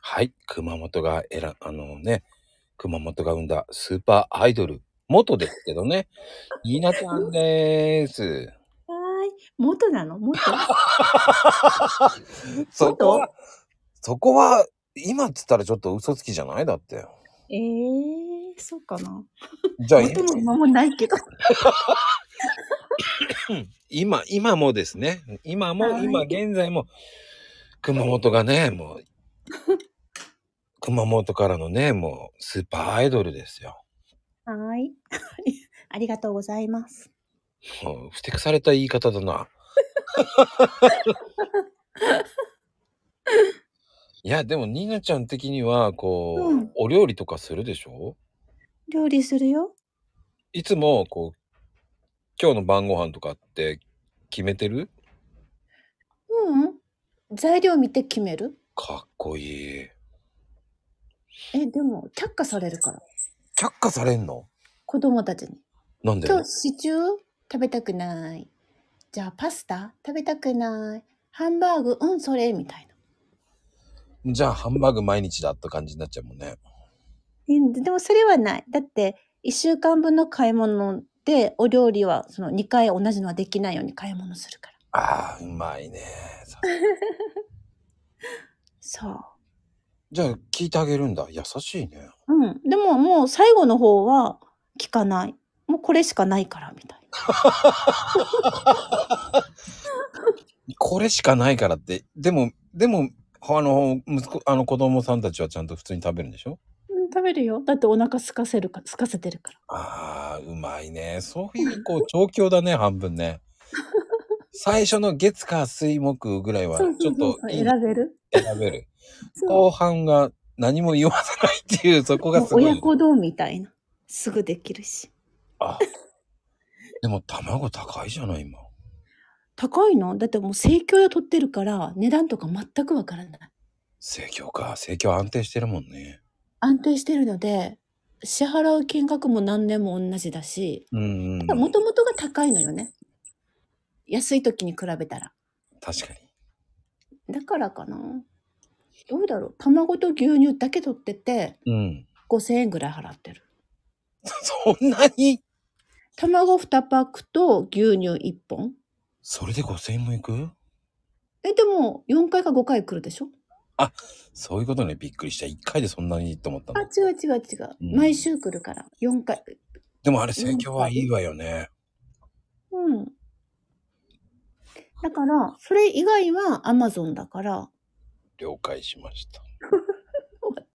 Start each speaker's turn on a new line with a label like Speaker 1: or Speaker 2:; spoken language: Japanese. Speaker 1: はい。熊本がえら、あのね、熊本が生んだスーパーアイドル、元ですけどね、ニーナちゃんです。
Speaker 2: はい。元な の元
Speaker 1: そこ
Speaker 2: 元
Speaker 1: は、そこは、今っつったらちょっと嘘つきじゃないだって。
Speaker 2: ええー、そうかな。
Speaker 1: じゃあ、
Speaker 2: 元も今もないけど。
Speaker 1: 今、今もですね、今も、
Speaker 2: は
Speaker 1: 今
Speaker 2: い。
Speaker 1: 現在も、熊本がね、もう、 熊本からのね、もう、スーパーアイドルですよ。
Speaker 2: はい。 ありがとうございます。
Speaker 1: もう、ふてくされた言い方だ な。いや、でも、ニーナちゃん的には、
Speaker 2: う
Speaker 1: こう、
Speaker 2: ん。
Speaker 1: お料理とかするでしょ
Speaker 2: 料理するよ。
Speaker 1: いつも、こう、今日の晩ご飯とかって決めてる
Speaker 2: うん。材料見て決める
Speaker 1: かっこいい。
Speaker 2: え、でも、却下されるから。
Speaker 1: 却下されんの
Speaker 2: 子供たちに。
Speaker 1: なん
Speaker 2: 今
Speaker 1: で
Speaker 2: 日シチュー食べたくない。じゃあパスタ食べたくない。ハンバーグ、うん、それ、みたいな。
Speaker 1: じゃあ、ハンバーグ毎日だって感じになっちゃうもんね。
Speaker 2: うんでもそれはない。だって、1週間分の買い物で、お料理は、その2回同じのはできないように買い物するから。
Speaker 1: ああ、うまいね。さ
Speaker 2: そ
Speaker 1: じゃあ、聞いてあげるんだ。優しいね。
Speaker 2: う。うん。でももう最後の方は聞かない。もうこれしかないから、みたいな。
Speaker 1: これしかないからって。でも、でも、あの、息子、あの子供さんたちはちゃんと普通に食べるんでしょ
Speaker 2: うん、食べるよ。だってお腹空かせるか、空かせてるから。
Speaker 1: ああ、うまいね。そういう、こう、調教だね、半分ね。最初の月火水木ぐらい
Speaker 2: そ
Speaker 1: は、
Speaker 2: う
Speaker 1: ち
Speaker 2: そ
Speaker 1: ょ
Speaker 2: う
Speaker 1: っ
Speaker 2: そう
Speaker 1: と
Speaker 2: そう、
Speaker 1: いい
Speaker 2: 選
Speaker 1: の
Speaker 2: べる。
Speaker 1: 選べる。
Speaker 2: そう。
Speaker 1: 後半が何も言わせないっていう、そこが
Speaker 2: もう
Speaker 1: すご
Speaker 2: 親
Speaker 1: いよ
Speaker 2: 子
Speaker 1: ね。
Speaker 2: 丼みたいな。すぐできるし。
Speaker 1: あ、でも卵高いじゃない、今。
Speaker 2: 高いのだってもう生協で取ってるから値段とか全くわからない。
Speaker 1: 生協か。生協安定してるもんね。
Speaker 2: 安定してるので支払う金額も何年も同じだし、
Speaker 1: うんうんう
Speaker 2: も
Speaker 1: ん。
Speaker 2: ともとが高いのよね。安い時に比べたら。
Speaker 1: 確かに。
Speaker 2: だからかな。どうだろう。卵と牛乳だけ取ってて
Speaker 1: うん。
Speaker 2: 5000円ぐらい払ってる。
Speaker 1: そんなに
Speaker 2: 卵2パックと牛乳1本。
Speaker 1: それで5000円もいく
Speaker 2: え、でも4回か5回来るでしょ
Speaker 1: あ、そういうことね。びっくりした。1回でそんなにと思った
Speaker 2: あ、
Speaker 1: の。
Speaker 2: 違う違う違う。
Speaker 1: う
Speaker 2: 毎
Speaker 1: ん。
Speaker 2: 週来るから4回。
Speaker 1: でもあれ、生
Speaker 2: 4
Speaker 1: 協はい
Speaker 2: 回
Speaker 1: いわよね。
Speaker 2: うん。だから、それ以外は Amazon だから、
Speaker 1: 了解しました。